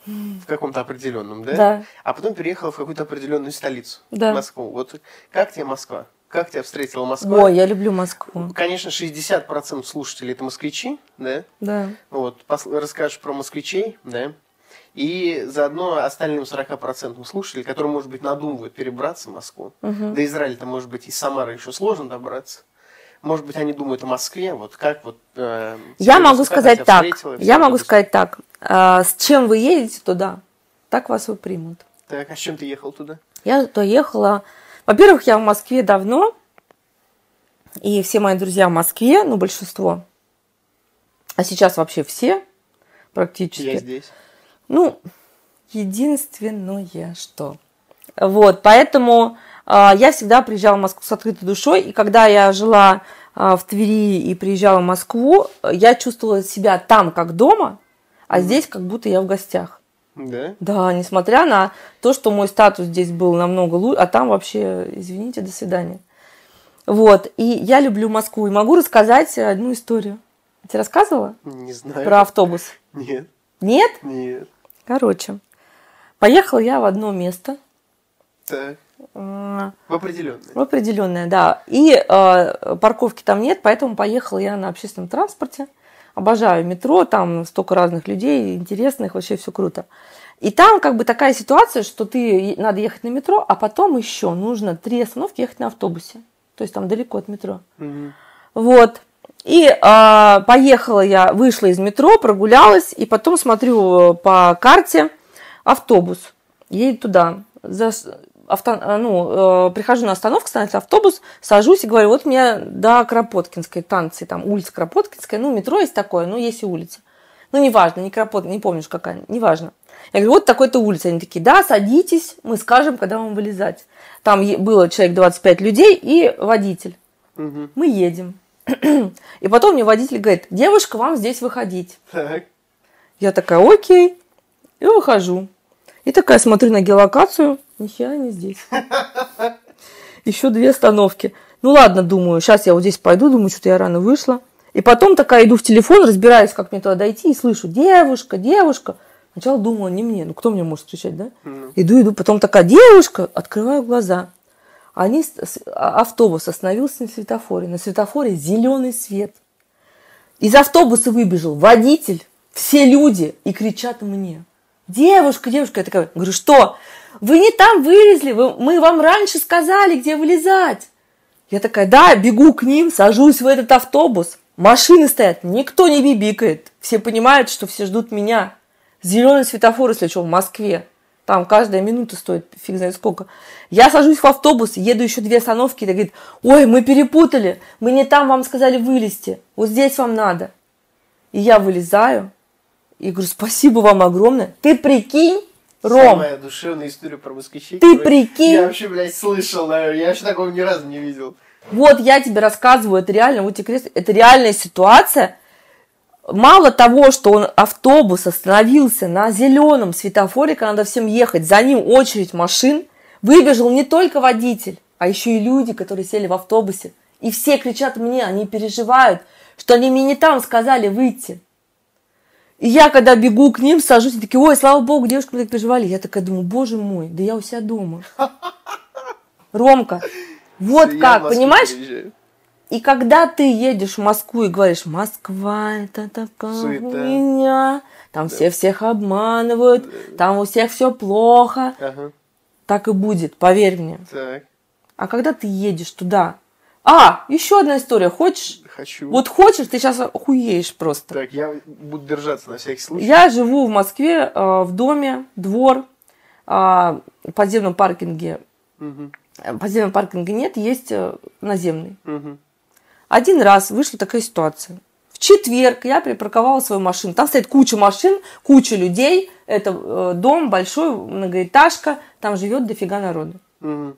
Speaker 2: в каком-то определенном, да?
Speaker 1: Да.
Speaker 2: А потом переехала в какую-то определенную столицу,
Speaker 1: Да.
Speaker 2: Москву. Вот как тебе Москва? Как тебя встретила Москва?
Speaker 1: Ой, я люблю Москву.
Speaker 2: Конечно, 60% слушателей это москвичи, да? Ну
Speaker 1: Да.
Speaker 2: Вот, пос- расскажешь про москвичей, да? И заодно остальным 40% слушателей, которые, может быть, надумывают перебраться в Москву.
Speaker 1: Мгм.
Speaker 2: До Израиля-то, может быть, из Самары еще сложно добраться. Может быть, они думают о Москве, вот как вот... э,
Speaker 1: Я
Speaker 2: тебе
Speaker 1: могу
Speaker 2: Москва
Speaker 1: сказать
Speaker 2: тебя
Speaker 1: так.
Speaker 2: встретила, всё
Speaker 1: Я
Speaker 2: вот
Speaker 1: могу
Speaker 2: это всё.
Speaker 1: сказать так. А, С чем вы едете туда, так вас и примут.
Speaker 2: Так, а с чем ты ехал туда?
Speaker 1: Я туда ехала. Во-первых, я в Москве давно, и все мои друзья в Москве, ну, большинство. А сейчас вообще все практически.
Speaker 2: Я здесь.
Speaker 1: Ну, единственное, что. Вот, поэтому а, я всегда приезжала в Москву с открытой душой, и когда я жила а, в Твери и приезжала в Москву, э, я чувствовала себя там как дома, а
Speaker 2: Мгм.
Speaker 1: здесь как будто я в гостях.
Speaker 2: Да?
Speaker 1: Да, несмотря на то, что мой статус здесь был намного лучше, а там вообще, извините, до свидания. Вот, и я люблю Москву, и могу рассказать одну историю. Я тебе рассказывала
Speaker 2: Не знаю.
Speaker 1: про автобус?
Speaker 2: Нет,
Speaker 1: Нет?
Speaker 2: нет.
Speaker 1: Короче, поехала я в одно место,
Speaker 2: Так,
Speaker 1: м,
Speaker 2: В определенной.
Speaker 1: в определенное, да. И э, парковки там нет, поэтому поехала я на общественном транспорте. Обожаю метро, там столько разных людей, интересных, вообще все круто. И там как бы такая ситуация, что ты е- надо ехать на метро, а потом еще нужно три остановки ехать на автобусе. То есть там далеко от метро.
Speaker 2: Мгм.
Speaker 1: Вот. И а, поехала я, вышла из метро, прогулялась, и потом смотрю э, по карте автобус. Еду туда. За с- авто- э, ну, э, прихожу на остановку, становится автобус, сажусь и говорю, вот мне до Кропоткинской танцы, там улица Кропоткинская, ну, метро есть такое, ну, есть и улица. Ну, неважно, не Кропот, не помнишь какая, неважно. Я говорю, вот такой-то улица. Они такие, да, садитесь, мы скажем, когда вам вылезать. Там е- было человек 25 людей и водитель.
Speaker 2: Мгм.
Speaker 1: Мы едем. *clears throat* И потом мне водитель говорит, девушка, вам здесь выходить.
Speaker 2: Так.
Speaker 1: Я такая, окей. И выхожу. И такая смотрю на геолокацию. Нихера не здесь. *laughs* Еще две остановки. Ну ладно, думаю, сейчас я вот здесь пойду, думаю, что-то я рано вышла. И потом такая иду в телефон, разбираюсь, как мне туда дойти, и слышу, девушка, девушка. Сначала думала, не мне, ну кто мне может встречать, да?
Speaker 2: Ну.
Speaker 1: Иду, иду, потом такая девушка, открываю глаза. Они, с- с- а- автобус остановился на светофоре. На светофоре зеленый свет. Из автобуса выбежал водитель, все люди и кричат мне. Девушка, девушка, я такая, говорю, что? Вы не там вылезли, вы- мы вам раньше сказали, где вылезать. Я такая, да, бегу к ним, сажусь в этот автобус. Машины стоят, никто не бибикает. Все понимают, что все ждут меня. Зеленый светофор, если что, в Москве. Там каждая минута стоит фиг знает сколько. Я сажусь в автобус, еду еще две остановки, и говорит, ой, мы перепутали, мы не там вам сказали вылезти, вот здесь вам надо. И я вылезаю, и говорю, спасибо вам огромное. Ты прикинь, Ром,
Speaker 2: Самая душевная история про москвичей.
Speaker 1: Ты
Speaker 2: которую
Speaker 1: прикинь?
Speaker 2: Я вообще, блядь, слышал, наверное. Я вообще такого ни разу не видел.
Speaker 1: Вот я тебе рассказываю, это реально, вот тебе кресло, это реальная ситуация. Мало того, что он автобус остановился на зеленом светофоре, когда надо всем ехать, за ним очередь машин, выбежал не только водитель, а еще и люди, которые сели в автобусе. И все кричат мне, они переживают, что они мне не там сказали выйти. И я, когда бегу к ним, сажусь, и такие, ой, слава богу, девушки мы так переживали. Я такая думаю, боже мой, да я у себя дома. Ромка, вот
Speaker 2: Я в
Speaker 1: как,
Speaker 2: Москву
Speaker 1: понимаешь?
Speaker 2: переезжаю.
Speaker 1: И когда ты едешь в Москву и говоришь, Москва это такая
Speaker 2: Суета.
Speaker 1: у меня, там все всех обманывают, там у всех все плохо,
Speaker 2: Ага,
Speaker 1: так и будет, поверь мне.
Speaker 2: так.
Speaker 1: А когда ты едешь туда, а, еще одна история, хочешь?
Speaker 2: Хочу.
Speaker 1: Вот хочешь, ты сейчас охуеешь просто.
Speaker 2: Так, я буду держаться на всякий случай.
Speaker 1: Я живу в Москве, э, в доме, двор, э, в подземном паркинге.
Speaker 2: Мгм,
Speaker 1: э, Подземного паркинга нет, есть э, наземный.
Speaker 2: мгм.
Speaker 1: Один раз вышла такая ситуация. В четверг я припарковала свою машину. Там стоит куча машин, куча людей. Это э, дом большой, многоэтажка. Там живет дофига народу.
Speaker 2: Мгм.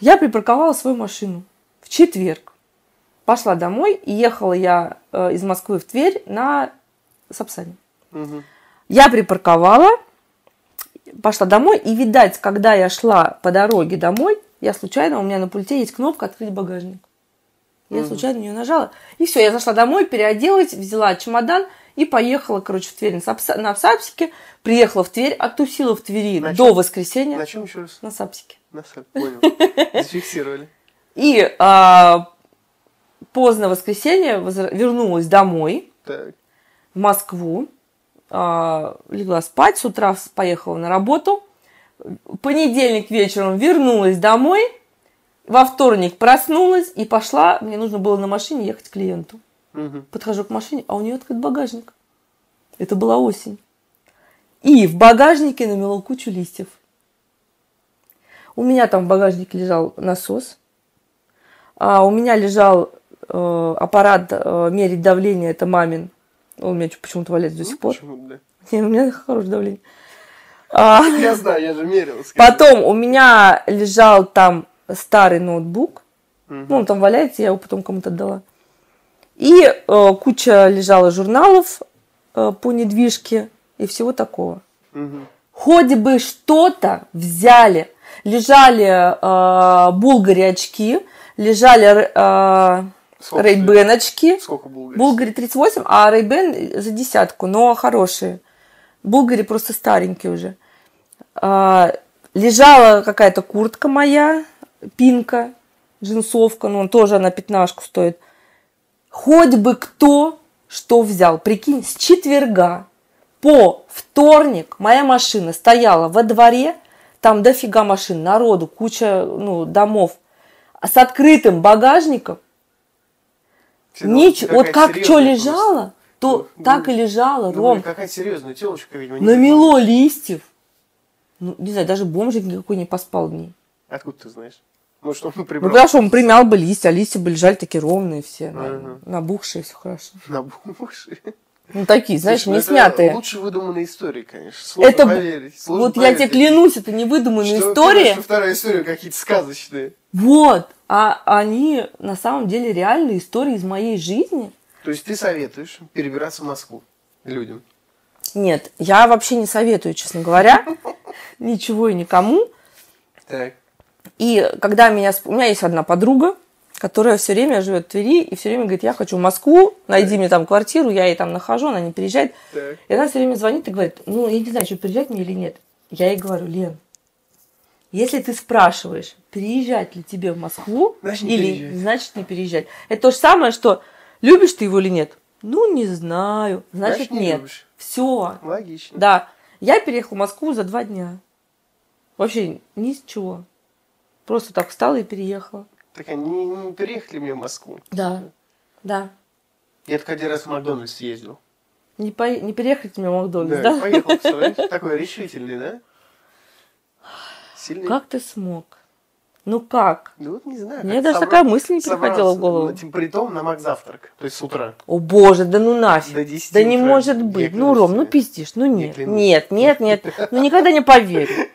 Speaker 1: Я припарковала свою машину в четверг. Пошла домой и ехала я э, из Москвы в Тверь на Сапсане.
Speaker 2: Мгм.
Speaker 1: Я припарковала, пошла домой, и, видать, когда я шла по дороге домой, я случайно, у меня на пульте есть кнопка «Открыть багажник». Я
Speaker 2: Мгм.
Speaker 1: случайно на нее нажала, и все, я зашла домой, переоделась, взяла чемодан и поехала, короче, в Тверь на, сапса- на сапсике, приехала в Тверь, оттусила в Твери
Speaker 2: На
Speaker 1: до
Speaker 2: чём?
Speaker 1: воскресенья
Speaker 2: На чем еще раз?
Speaker 1: на сапсике.
Speaker 2: На сап- Понял.
Speaker 1: *laughs*
Speaker 2: Зафиксировали.
Speaker 1: И а, поздно воскресенье возра- вернулась домой,
Speaker 2: Так.
Speaker 1: в Москву, а, легла спать, с утра с- поехала на работу, в понедельник вечером вернулась домой, во вторник проснулась и пошла, мне нужно было на машине ехать к клиенту.
Speaker 2: Мгм.
Speaker 1: Подхожу к машине, а у нее открыт багажник. Это была осень. И в багажнике намело кучу листьев. У меня там в багажнике лежал насос. А у меня лежал э, аппарат э, мерить давление, это мамин. Он у меня чё- почему-то валяется до
Speaker 2: Ну,
Speaker 1: сих пор.
Speaker 2: почему, да.
Speaker 1: Не, у меня хорошее давление. А,
Speaker 2: Я знаю, я же мерил. скажи.
Speaker 1: потом у меня лежал там старый ноутбук.
Speaker 2: Мгм.
Speaker 1: Ну, он там валяется, я его потом кому-то отдала. И э, куча лежала журналов э, по недвижке и всего такого.
Speaker 2: Мгм.
Speaker 1: Хоть бы что-то взяли. Лежали э, булгари очки, лежали э,
Speaker 2: Сколько стоит?
Speaker 1: рейбен очки.
Speaker 2: Сколько булгари?
Speaker 1: Булгари 38, а Рейбен за десятку, но хорошие. Булгари просто старенькие уже. А, Лежала какая-то куртка моя, пинка, джинсовка, ну, тоже она пятнашку стоит. Хоть бы кто что взял. Прикинь, с четверга по вторник моя машина стояла во дворе, там дофига машин, народу, куча ну, домов, А с открытым багажником.
Speaker 2: Всегда
Speaker 1: Нич- вот
Speaker 2: какая-то
Speaker 1: как что
Speaker 2: серьезная
Speaker 1: лежало, то
Speaker 2: Ну,
Speaker 1: так и
Speaker 2: ну,
Speaker 1: лежало,
Speaker 2: просто.
Speaker 1: Ром.
Speaker 2: Думаю, какая серьезная телочка, видимо. не
Speaker 1: Намело листьев. Ну, не знаю, даже бомжик никакой не поспал в ней.
Speaker 2: прибрала. Откуда ты знаешь? Может, он
Speaker 1: Ну,
Speaker 2: прибрал?
Speaker 1: потому что он примял бы листья, а листья бы лежали такие ровные все,
Speaker 2: Ага.
Speaker 1: набухшие, все хорошо.
Speaker 2: На бумажке.
Speaker 1: Ну, такие, знаешь,
Speaker 2: Слушай, ну
Speaker 1: не
Speaker 2: это
Speaker 1: смятые.
Speaker 2: Лучше выдуманная история, конечно. Сложно
Speaker 1: Это б-
Speaker 2: поверить. сложно
Speaker 1: Вот я тебе
Speaker 2: поверить.
Speaker 1: клянусь, это не выдуманная
Speaker 2: Что ты думаешь,
Speaker 1: история.
Speaker 2: что вторая история какие-то сказочные.
Speaker 1: Вот, а они на самом деле реальные истории из моей жизни.
Speaker 2: То есть ты советуешь перебираться в Москву людям?
Speaker 1: Нет, я вообще не советую, честно
Speaker 2: *laughs*
Speaker 1: говоря, ничего и никому.
Speaker 2: Так.
Speaker 1: И когда меня... сп- У меня есть одна подруга, которая все время живет в Твери и все время говорит, я хочу в Москву, найди мне там квартиру, я ей там нахожу, она не переезжает.
Speaker 2: Так.
Speaker 1: И она все время звонит и говорит, ну, я не знаю, что переезжать мне или нет. Я ей говорю, Лен, если ты спрашиваешь, переезжать ли тебе в Москву,
Speaker 2: Значит, не
Speaker 1: или
Speaker 2: переезжать.
Speaker 1: значит не переезжать. Это то же самое, что любишь ты его или нет. Ну, не знаю. Значит,
Speaker 2: Значит, не
Speaker 1: нет.
Speaker 2: любишь.
Speaker 1: Все.
Speaker 2: Логично.
Speaker 1: Да. Я переехала в Москву за два дня. Вообще ни с чего. Просто так встала и переехала.
Speaker 2: Так а не, не переехали мне в Москву?
Speaker 1: Да. Да.
Speaker 2: Я только один раз в Макдональдс ездил.
Speaker 1: Не, по... не переехать мне в Макдональдс,
Speaker 2: Да,
Speaker 1: да? *laughs*
Speaker 2: поехал, представляешь? Такой решительный, да? Сильный.
Speaker 1: Как ты смог? Ну как?
Speaker 2: Ну вот не знаю.
Speaker 1: Мне
Speaker 2: как
Speaker 1: даже
Speaker 2: собра-
Speaker 1: такая мысль не приходила
Speaker 2: собрался.
Speaker 1: в голову.
Speaker 2: Ну, тем- Притом на Макзавтрак, то есть с утра.
Speaker 1: О боже, да ну нафиг.
Speaker 2: До 10
Speaker 1: да не
Speaker 2: утра.
Speaker 1: может
Speaker 2: Я
Speaker 1: быть. Ну,
Speaker 2: клянусь
Speaker 1: Ром, ну
Speaker 2: тебе.
Speaker 1: пиздишь, ну
Speaker 2: Я
Speaker 1: нет.
Speaker 2: клянусь.
Speaker 1: Нет, нет, нет. Ну никогда не
Speaker 2: *laughs*
Speaker 1: поверю.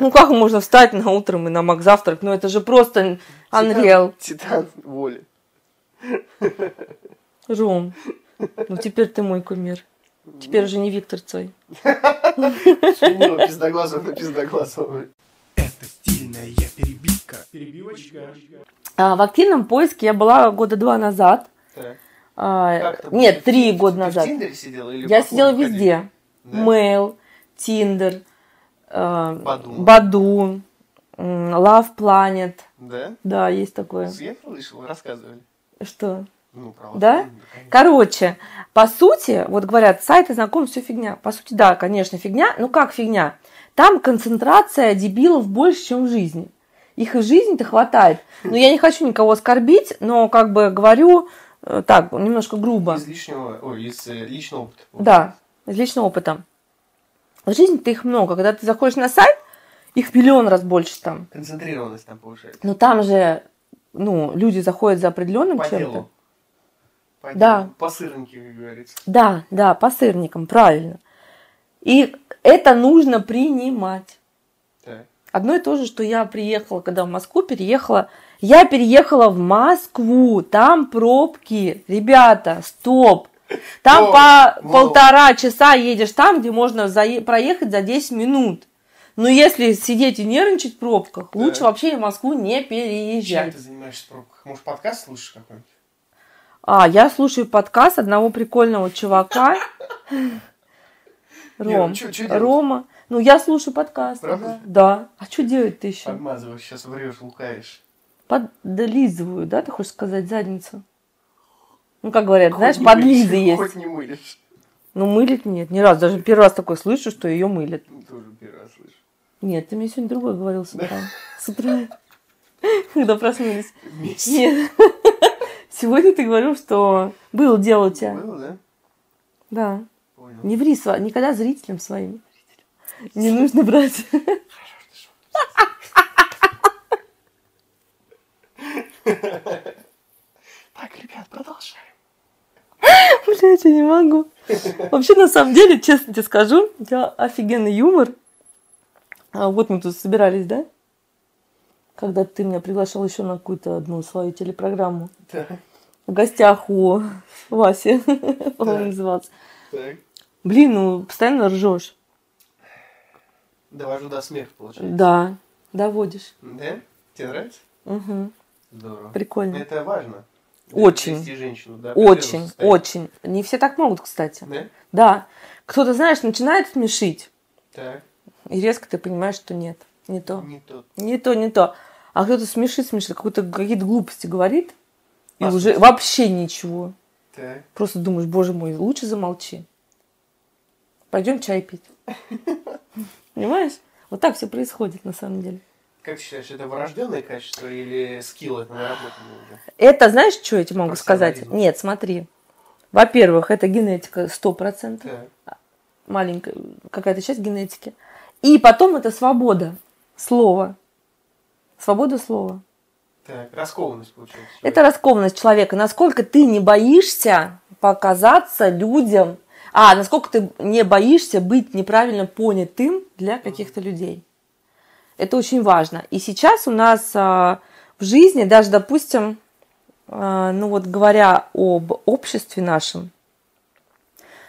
Speaker 1: Ну как можно встать на утром и на мак завтрак? Ну это же просто Unreal.
Speaker 2: Титан, титан воли.
Speaker 1: Ром, ну теперь ты мой кумир. Теперь уже не Виктор Цой.
Speaker 2: Сменила пиздоглазого на пиздоглазого.
Speaker 3: Это стильная перебивка. Перебивочка.
Speaker 1: А, в активном поиске я была года два назад.
Speaker 2: Так.
Speaker 1: А,
Speaker 2: Как там?
Speaker 1: нет, три года
Speaker 2: Ты в
Speaker 1: назад.
Speaker 2: Тиндере сидела или
Speaker 1: Я
Speaker 2: по
Speaker 1: сидела
Speaker 2: клубу
Speaker 1: везде.
Speaker 2: ходила? Да?
Speaker 1: Mail, Tinder, э,
Speaker 2: Баду.
Speaker 1: Баду, м, Love Planet.
Speaker 2: Да?
Speaker 1: Да, есть такое.
Speaker 2: Я слышал, рассказывали.
Speaker 1: Что?
Speaker 2: Ну, про
Speaker 1: Да?
Speaker 2: Латвию, конечно.
Speaker 1: Короче, по сути, вот говорят, сайты знакомств все фигня. По сути, да, конечно, фигня. Ну как фигня? Там концентрация дебилов больше, чем в жизни. Их и в жизни-то хватает. Но я не хочу никого оскорбить, но как бы говорю э, так, немножко грубо.
Speaker 2: Из лишнего, ой, из э, личного опыта.
Speaker 1: Да, из личного опыта. В жизни-то их много. Когда ты заходишь на сайт, их миллион раз больше там.
Speaker 2: Концентрированность там повышается.
Speaker 1: Но там же, ну, люди заходят за определенным
Speaker 2: По
Speaker 1: Ну, чем-то.
Speaker 2: делу. По
Speaker 1: Да.
Speaker 2: делу. По сырнике, как говорится.
Speaker 1: Да, да, по сырникам, правильно. И это нужно принимать.
Speaker 2: Так.
Speaker 1: Одно и то же, что я приехала, когда в Москву переехала. Я переехала в Москву, там пробки, ребята, стоп. Там
Speaker 2: О,
Speaker 1: по
Speaker 2: вау.
Speaker 1: полтора часа едешь там, где можно зае- проехать за 10 минут. Но если сидеть и нервничать в пробках,
Speaker 2: Да.
Speaker 1: лучше вообще в Москву не
Speaker 2: Чем
Speaker 1: переезжать.
Speaker 2: ты занимаешься в пробках? Может, подкаст слушаешь какой-нибудь?
Speaker 1: А, я слушаю подкаст одного прикольного
Speaker 2: *laughs*
Speaker 1: чувака.
Speaker 2: Не, ну
Speaker 1: Ром.
Speaker 2: чё- чё делать?
Speaker 1: Рома. Ну, я слушаю подкаст.
Speaker 2: Правда?
Speaker 1: Да. Да. А что делать-то еще?
Speaker 2: Подмазываешь, сейчас врешь, лукаешь. А.
Speaker 1: Подлизываю, да, ты хочешь сказать, задницу? Ну, как говорят, знаешь,
Speaker 2: Хоть не
Speaker 1: подлизы
Speaker 2: мылишь,
Speaker 1: есть.
Speaker 2: Хоть не мылишь.
Speaker 1: Ну, мылит нет, ни разу. Даже первый раз такой слышу, что ее мылят.
Speaker 2: Ну, Тоже первый раз слышу.
Speaker 1: Нет, ты мне сегодня другое говорил с утра. С утра. *laughs* Когда
Speaker 2: *laughs*
Speaker 1: проснулись.
Speaker 2: Вместе.
Speaker 1: Нет. *laughs* Сегодня ты говорил, что было дело у тебя.
Speaker 2: Было, да?
Speaker 1: Да.
Speaker 2: Понял.
Speaker 1: Не ври сва- никогда зрителям своим. Не нужно брать. *laughs*
Speaker 2: Так, ребят, продолжаем.
Speaker 1: Блять, я не могу. Вообще, на самом деле, честно тебе скажу, у тебя офигенный юмор. А вот мы тут собирались, да? Когда ты меня приглашал еще на какую-то одну свою телепрограмму.
Speaker 2: Так,
Speaker 1: В гостях у Васи, *laughs* по-моему, назывался.
Speaker 2: так.
Speaker 1: Блин, ну, постоянно ржешь.
Speaker 2: Довожу до смеха, получается.
Speaker 1: Да, доводишь.
Speaker 2: Да? Тебе нравится?
Speaker 1: Мгм,
Speaker 2: Здорово.
Speaker 1: прикольно.
Speaker 2: Это важно.
Speaker 1: Очень.
Speaker 2: Довести женщину до определенного
Speaker 1: Очень,
Speaker 2: состояния.
Speaker 1: очень. Не все так могут, кстати.
Speaker 2: Да?
Speaker 1: Да. Кто-то, знаешь, начинает смешить.
Speaker 2: Так.
Speaker 1: И резко ты понимаешь, что нет, не то.
Speaker 2: Не тот.
Speaker 1: Не то, не то. А кто-то смешит, смешит, какую-то- какие-то глупости говорит, и
Speaker 2: Послушай.
Speaker 1: уже вообще ничего.
Speaker 2: Так.
Speaker 1: Просто думаешь, боже мой, лучше замолчи. Пойдем чай пить. Понимаешь? Вот так все происходит на самом деле.
Speaker 2: Как ты считаешь, это врожденное качество или скилл это наработанное уже?
Speaker 1: Это знаешь, что я тебе могу сказать?
Speaker 2: Профессионализм.
Speaker 1: Нет, смотри. Во-первых, это генетика 100%.
Speaker 2: Так.
Speaker 1: маленькая какая-то часть генетики. И потом это свобода слова. Свобода слова.
Speaker 2: Так, раскованность получается.
Speaker 1: Это раскованность человека. Насколько ты не боишься показаться людям, а насколько ты не боишься быть неправильно понятым для каких-то людей. Это очень важно. И сейчас у нас а, в жизни, даже, допустим, а, ну вот говоря об обществе нашем,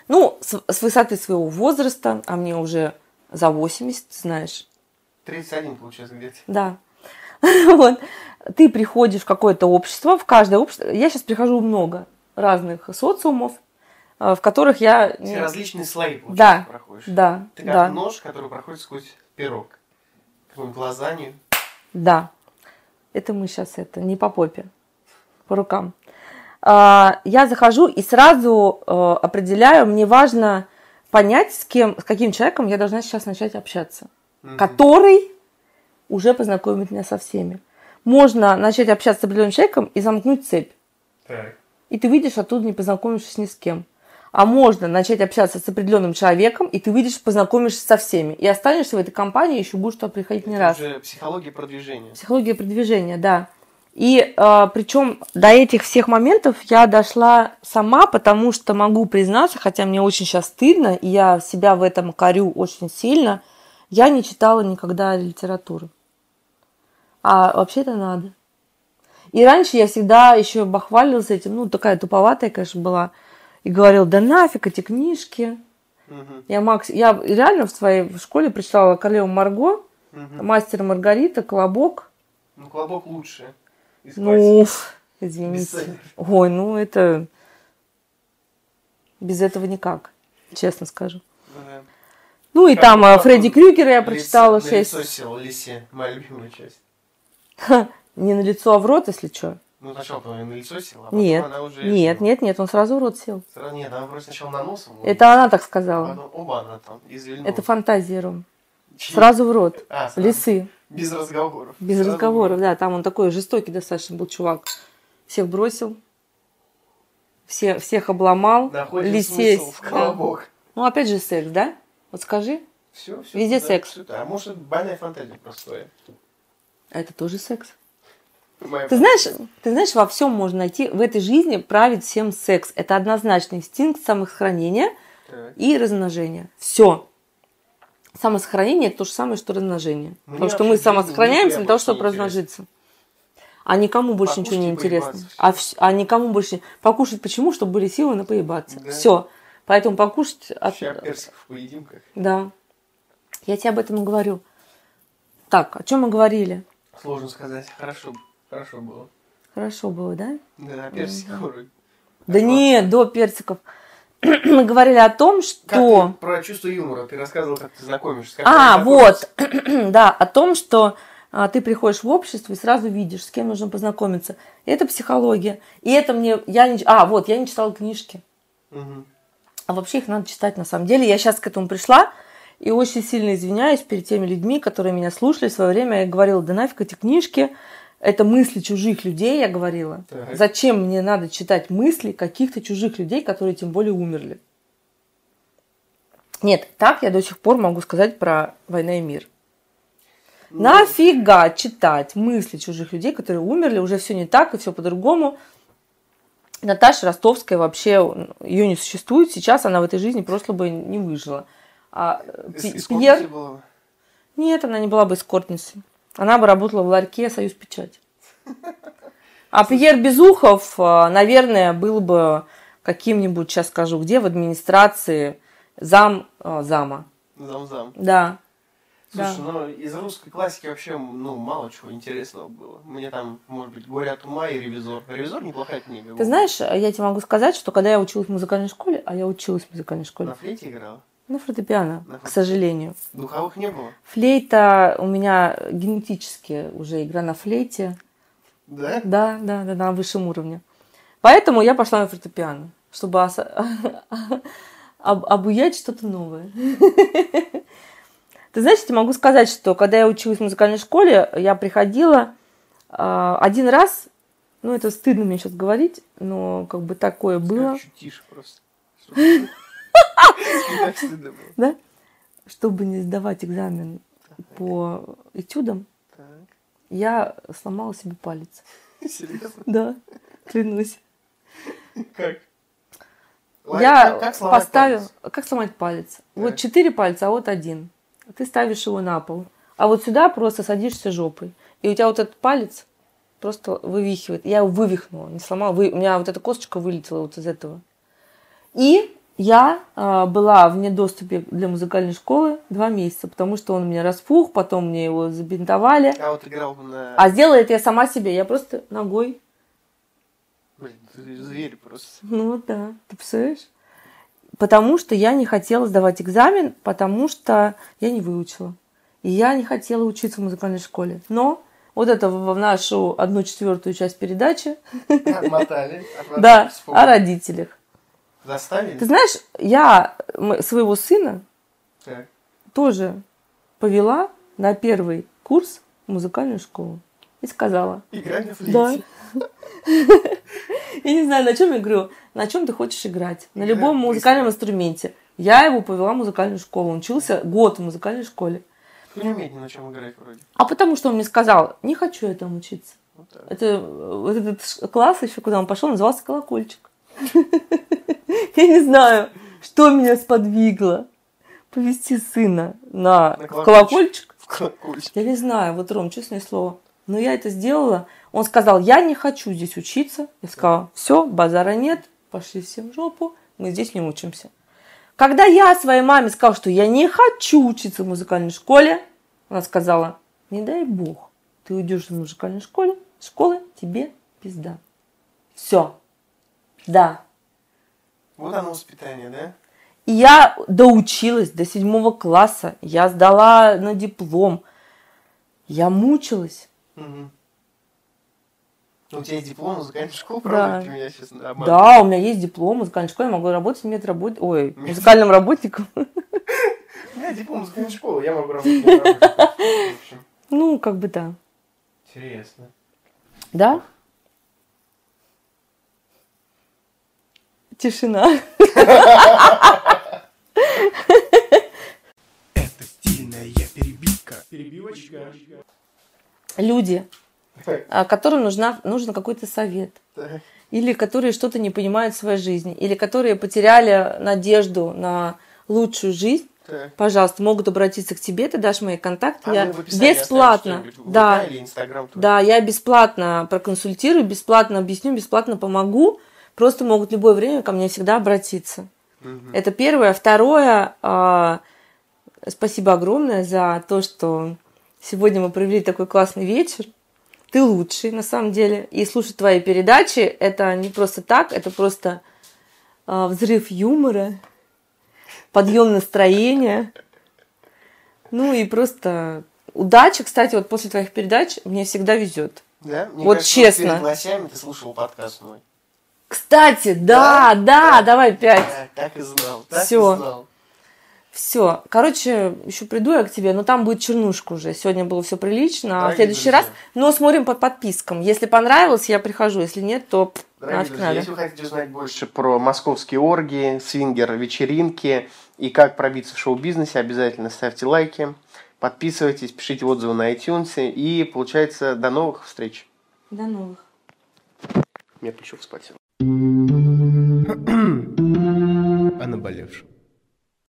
Speaker 1: ну, с, с высоты своего возраста, а мне уже за 80, ты знаешь,
Speaker 2: 31 получается где-то.
Speaker 1: да. *laughs* Вот. Ты приходишь в какое-то общество, в каждое общество. Я сейчас прихожу в много разных социумов, э, в которых я...
Speaker 2: Все различные слои
Speaker 1: Да.
Speaker 2: получается, проходишь.
Speaker 1: Да,
Speaker 2: Ты как ну?
Speaker 1: да,
Speaker 2: нож, который проходит сквозь пирог. Какому-нибудь лазанью.
Speaker 1: да. Это мы сейчас это, не по попе, по рукам. А, Я захожу и сразу э, определяю, мне важно понять, с кем, с каким человеком я должна сейчас начать общаться.
Speaker 2: Мгм.
Speaker 1: который уже познакомит меня со всеми. Можно начать общаться с определенным человеком и замкнуть цепь.
Speaker 2: Так.
Speaker 1: И ты выйдешь оттуда, не познакомившись ни с кем. А можно начать общаться с определенным человеком, и ты выйдешь, познакомишься со всеми. И останешься в этой компании, еще будешь туда приходить не
Speaker 2: Это
Speaker 1: раз.
Speaker 2: уже психология продвижения.
Speaker 1: Психология продвижения, да. И причем до этих всех моментов я дошла сама, потому что могу признаться, хотя мне очень сейчас стыдно, и я себя в этом корю очень сильно, я не читала никогда литературы. А вообще-то надо. И раньше я всегда еще бахвалилась этим, ну, такая туповатая, конечно, была, и говорила, да нафиг эти книжки.
Speaker 2: Мгм.
Speaker 1: Я, Макс, я реально в своей школе прочитала Королеву Марго,
Speaker 2: Мгм.
Speaker 1: Мастер и Маргарита, Колобок,
Speaker 2: Ну, колобок лучше. Из классики.
Speaker 1: ну, извините.
Speaker 2: Бестселлер.
Speaker 1: Ой, ну это... Без этого никак, честно скажу.
Speaker 2: Ну да.
Speaker 1: Ну и
Speaker 2: Как
Speaker 1: там
Speaker 2: бы
Speaker 1: а,
Speaker 2: потом
Speaker 1: Фредди Крюгера я
Speaker 2: Лицо-
Speaker 1: прочитала
Speaker 2: на
Speaker 1: шесть.
Speaker 2: Лицо сел, лисе. Моя любимая часть.
Speaker 1: *laughs* Не на лицо, а в рот, если что.
Speaker 2: Ну, сначала она на лицо села, а потом
Speaker 1: Нет,
Speaker 2: она уже...
Speaker 1: нет, нет, нет, он сразу в рот сел.
Speaker 2: Сразу- Нет, она просто сначала на нос ему,
Speaker 1: Это она так
Speaker 2: а
Speaker 1: сказала.
Speaker 2: потом оба она там извильнула.
Speaker 1: Это фантазия, Ром.
Speaker 2: Чьи?
Speaker 1: Сразу в рот.
Speaker 2: А, сразу.
Speaker 1: Лисы.
Speaker 2: Без разговоров.
Speaker 1: Без
Speaker 2: Сразу
Speaker 1: разговоров, да. Там он такой жестокий достаточно был чувак. Всех бросил. Все, всех обломал.
Speaker 2: Находим
Speaker 1: Лисе-
Speaker 2: смысл в
Speaker 1: да.
Speaker 2: колобок.
Speaker 1: Ну, опять же, секс, да? Вот скажи.
Speaker 2: Все, все.
Speaker 1: Везде секс.
Speaker 2: А может, это больная фантазия простая.
Speaker 1: А это тоже секс.
Speaker 2: Моя
Speaker 1: Ты
Speaker 2: фантазия.
Speaker 1: знаешь, ты знаешь, во всем можно найти в этой жизни править всем секс. Это однозначный инстинкт самосохранения
Speaker 2: Так.
Speaker 1: и размножения. Все. Самосохранение это то же самое, что размножение.
Speaker 2: Мне
Speaker 1: Потому что
Speaker 2: вообще
Speaker 1: мы
Speaker 2: в жизни
Speaker 1: самосохраняемся для
Speaker 2: нихуя
Speaker 1: того,
Speaker 2: больше не
Speaker 1: чтобы размножиться. А никому больше
Speaker 2: Покушать
Speaker 1: ничего не
Speaker 2: и
Speaker 1: интересно.
Speaker 2: поебаться.
Speaker 1: А, вс- а никому больше не- покушать почему? Чтобы были силы на поебаться.
Speaker 2: Да.
Speaker 1: Все. Поэтому покушать от-
Speaker 2: Ща персиков в поединках.
Speaker 1: Да. Я тебе об этом и говорю. Так, о чем мы говорили?
Speaker 2: Сложно сказать. Хорошо, хорошо было.
Speaker 1: Хорошо было, да?
Speaker 2: Да, персиков вроде.
Speaker 1: Да
Speaker 2: Так,
Speaker 1: не, до персиков. *clears throat* Мы говорили о том,
Speaker 2: Как
Speaker 1: что...
Speaker 2: ты про чувство юмора ты рассказывал, как ты знакомишься. как
Speaker 1: А,
Speaker 2: ты
Speaker 1: вот, *clears throat* да, о том, что а, ты приходишь в общество и сразу видишь, с кем нужно познакомиться. Это психология. И это мне... Я не... ч- А, вот, я не читала книжки.
Speaker 2: знакомился. Мгм.
Speaker 1: А вообще их надо читать на самом деле. Я сейчас к этому пришла и очень сильно извиняюсь перед теми людьми, которые меня слушали в свое время. Я говорила, да нафиг эти книжки, это мысли чужих людей, я говорила.
Speaker 2: Так.
Speaker 1: Зачем мне надо читать мысли каких-то чужих людей, которые тем более умерли? Нет, так я до сих пор могу сказать про «Война и мир».
Speaker 2: Ну,
Speaker 1: Нафига читать мысли чужих людей, которые умерли, уже все не так и все по-другому. Наташа Ростовская вообще, ее не существует, сейчас она в этой жизни просто бы не выжила. А э,
Speaker 2: из-
Speaker 1: Пи-
Speaker 2: из
Speaker 1: Пьер-
Speaker 2: комнаты было?
Speaker 1: Нет, она не была бы эскортницей. Она бы работала в ларьке «Союз Печать». А Пьер Безухов, э, наверное, был бы каким-нибудь, сейчас скажу, где, в администрации зам, э, зама.
Speaker 2: Зам-зам.
Speaker 1: Да, Да.
Speaker 2: Слушай, ну из русской классики вообще ну, мало чего интересного было. Мне там, может быть, «Горе от ума» и «Ревизор». «Ревизор» неплохая книга. была.
Speaker 1: Ты знаешь, я тебе могу сказать, что когда я училась в музыкальной школе, а я училась в музыкальной школе,
Speaker 2: На флейте играла?
Speaker 1: На фортепиано,
Speaker 2: На
Speaker 1: к сожалению.
Speaker 2: Духовых не было.
Speaker 1: Флейта у меня генетически уже игра на флейте.
Speaker 2: Да?
Speaker 1: Да, да, да, на высшем уровне. Поэтому я пошла на фортепиано, чтобы оса- *laughs* об- обуять что-то новое. *laughs* Ты знаешь, я тебе могу сказать, что когда я училась в музыкальной школе, я приходила а, один раз, ну это стыдно мне сейчас говорить, но как бы такое было,
Speaker 2: Чуть тише просто. *laughs* Чтобы- Так стыдно было.
Speaker 1: чтобы не сдавать экзамен по этюдам,
Speaker 2: Так,
Speaker 1: я сломала себе палец.
Speaker 2: так. Серьезно?
Speaker 1: Да, клянусь.
Speaker 2: Как?
Speaker 1: я
Speaker 2: Ладно, как сломать
Speaker 1: поставил...
Speaker 2: палец?
Speaker 1: Как сломать палец?
Speaker 2: Так.
Speaker 1: Вот четыре пальца, а вот один. Ты ставишь его на пол. А вот сюда просто садишься жопой. И у тебя вот этот палец просто вывихивает. Я его вывихнула, не сломала. Вы... У меня вот эта косточка вылетела вот из этого. И я а, была вне доступе для музыкальной школы два месяца, потому что он у меня распух, потом мне его забинтовали.
Speaker 2: А вот играл бы на...
Speaker 1: А сделала это я сама себе. Я просто ногой
Speaker 2: Блин, ты зверь
Speaker 1: *laughs*
Speaker 2: просто.
Speaker 1: Ну да, ты представляешь? Потому что я не хотела сдавать экзамен, потому что я не выучила. И я не хотела учиться в музыкальной школе. Но вот это в в нашу одну четвертую часть передачи,
Speaker 2: Отмотали. отмотали,
Speaker 1: да,
Speaker 2: вспомнили.
Speaker 1: о родителях. Ты
Speaker 2: Заставили?
Speaker 1: знаешь, я м- своего сына
Speaker 2: Так.
Speaker 1: тоже повела на первый курс в музыкальную школу и сказала,
Speaker 2: Играть на
Speaker 1: Да.
Speaker 2: флейте.
Speaker 1: Я не знаю, на чем я говорю, на чем ты хочешь играть. На
Speaker 2: Игра
Speaker 1: любом музыкальном инструменте. Я его повела в музыкальную школу. Он учился год в музыкальной школе.
Speaker 2: Не умеет ни на чем играть вроде.
Speaker 1: А потому что он мне сказал, не хочу я там учиться.
Speaker 2: Вот так.
Speaker 1: Это э, вот этот ш- класс еще, куда он пошел, назывался колокольчик. *laughs* Я не знаю, что меня сподвигло повести сына на
Speaker 2: На колокольчик.
Speaker 1: колокольчик.
Speaker 2: В колокольчик.
Speaker 1: Я не знаю, вот, Ром, честное слово. Но я это сделала. Он сказал, я не хочу здесь учиться. Я сказала, все, базара нет, пошли все в жопу, мы здесь не учимся. Когда я своей маме сказала, что я не хочу учиться в музыкальной школе, она сказала, не дай бог, ты уйдешь из музыкальной школы, школы тебе пизда. Все. Да.
Speaker 2: Вот оно воспитание, да?
Speaker 1: И я доучилась до седьмого класса. Я сдала на диплом. Я мучилась.
Speaker 2: Мгм. Ну, У тебя есть диплом музыкальной школы,
Speaker 1: Да.
Speaker 2: правда? Ты меня сейчас обманываешь.
Speaker 1: Да, у меня есть диплом музыкальной школы, я могу работать медработ...
Speaker 2: *laughs*
Speaker 1: Ой, музыкальным работником. *laughs*
Speaker 2: У меня диплом музыкальной школы, я могу
Speaker 1: *laughs*
Speaker 2: работать. не работать. В общем,
Speaker 1: Ну, как бы да.
Speaker 2: Интересно.
Speaker 1: Да? Тишина. *laughs*
Speaker 3: Это стильная перебивка. Перебивочка.
Speaker 1: Люди,
Speaker 2: Так,
Speaker 1: а, которым нужна, нужен какой-то совет.
Speaker 2: так.
Speaker 1: Или которые что-то не понимают в своей жизни. Или которые потеряли надежду на лучшую жизнь.
Speaker 2: так.
Speaker 1: Пожалуйста, могут обратиться к тебе, ты дашь мои контакты.
Speaker 2: А
Speaker 1: я
Speaker 2: мы в описании
Speaker 1: бесплатно.
Speaker 2: оставим что-нибудь, в
Speaker 1: Да.
Speaker 2: ВК Или Инстаграм. твой.
Speaker 1: Да, я бесплатно проконсультирую, бесплатно объясню, бесплатно помогу. Просто могут в любое время ко мне всегда обратиться.
Speaker 2: Мгм.
Speaker 1: Это первое. Второе, а, спасибо огромное за то, что сегодня мы провели такой классный вечер. Ты лучший, на самом деле. И слушать твои передачи, это не просто так, это просто а, взрыв юмора, подъем настроения. Ну и просто удачи. Кстати, вот после твоих передач мне всегда везет.
Speaker 2: Да? Мне
Speaker 1: Вот
Speaker 2: кажется, перед
Speaker 1: честно.
Speaker 2: лосями ты слушал подкаст мой.
Speaker 1: Кстати, да, да, давай пять.
Speaker 2: Так, так и знал. Так
Speaker 1: Всё.
Speaker 2: и знал.
Speaker 1: Все. Короче, еще приду я к тебе, но там будет чернушка уже. Сегодня было все прилично, а в
Speaker 2: Дорогие
Speaker 1: следующий раз.
Speaker 2: друзья.
Speaker 1: Но смотрим по подпискам. Если понравилось, я прихожу. Если нет, то пф,
Speaker 2: Дорогие
Speaker 1: нафиг
Speaker 2: друзья,
Speaker 1: надо.
Speaker 2: если вы хотите узнать больше про московские оргии, свингер-вечеринки и как пробиться в шоу-бизнесе, обязательно ставьте лайки, подписывайтесь, пишите отзывы на iTunes. И, получается, до новых встреч.
Speaker 1: До новых.
Speaker 2: Меня плечо вспотело. О наболевшем.